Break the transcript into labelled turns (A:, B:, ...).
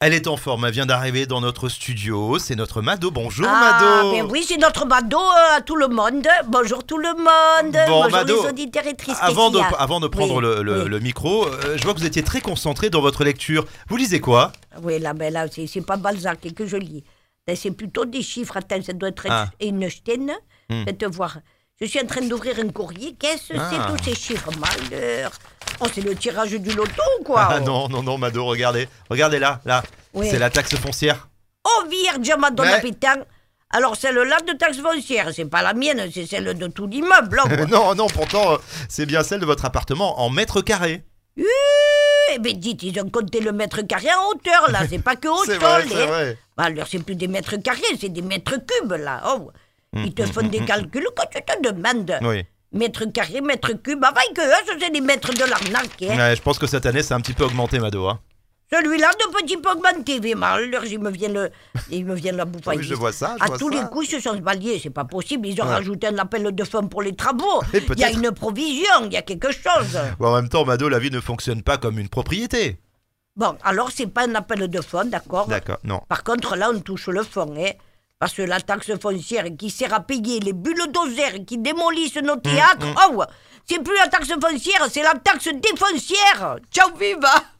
A: Elle est en forme, elle vient d'arriver dans notre studio. C'est notre Mado. Bonjour
B: Ah,
A: Mado.
B: mais oui, c'est notre Mado euh, à tout le monde. Bonjour tout le monde.
A: Bon,
B: Bonjour
A: Mado,
B: les auditeurs et tristes.
A: Avant de,
B: Qu'est-ce qu'il y a
A: avant de prendre
B: Oui,
A: le, le-
B: oui.
A: le micro, euh, je vois que vous étiez très concentré dans votre lecture. Vous lisez quoi
B: Oui, là, ben là, c'est c'est pas Balzac que je lis. Ben, C'est plutôt des chiffres. Attends, ça doit être
A: Ah.
B: une Einstein.
A: Hmm.
B: Faites voir. Je suis en train d'ouvrir un courrier. Qu'est-ce que
A: Ah.
B: c'est tous ces chiffres Malheur. Oh, c'est le tirage du loto ou quoi
A: Ah
B: oh
A: non, non, non, Mado, regardez. Regardez là, là.
B: Oui.
A: C'est la taxe foncière.
B: Oh, Vierge Madonna
A: Ouais.
B: Pétain. Alors, celle-là de taxe foncière, c'est pas la mienne, c'est celle de tout l'immeuble. hein, moi.
A: non, non, pourtant, euh, c'est bien celle de votre appartement en mètres carrés.
B: Eh ben dites, ils ont compté le mètre carré en hauteur, là, c'est pas que au
A: C'est
B: sol.
A: vrai, c'est
B: hein.
A: vrai.
B: Bah, alors, c'est plus des mètres carrés, c'est des mètres cubes, là. Oh. Ils
A: Mm,
B: te font des calculs quand tu te demandes.
A: Oui.
B: Mètre carré, mètre cube, avant que eux, hein, ce sont les maîtres de l'arnaque. hein.
A: Ouais, je pense que cette année, c'est un petit peu augmenté, Mado. hein.
B: Celui-là, de petit peu augmenté, mais malheur, il me vient, le... il me vient la bouffe
A: Ah Oui, je vois ça, je
B: À
A: vois
B: tous
A: ça.
B: les coups, ils se sont balayés, c'est pas possible. Ils ont
A: Ouais.
B: rajouté un appel de fond pour les travaux.
A: Et
B: Il y a
A: peut-être-
B: une provision, il y a quelque chose.
A: Bon, en même temps, Mado, la vie ne fonctionne pas comme une propriété.
B: Bon, alors, c'est pas un appel de fond, d'accord
A: D'accord, non.
B: Par contre, là, on touche le fond, hein. Parce que la taxe foncière qui sert à payer les bulldozers qui démolissent nos théâtres, oh, c'est plus la taxe foncière, c'est la taxe défoncière. Ciao, viva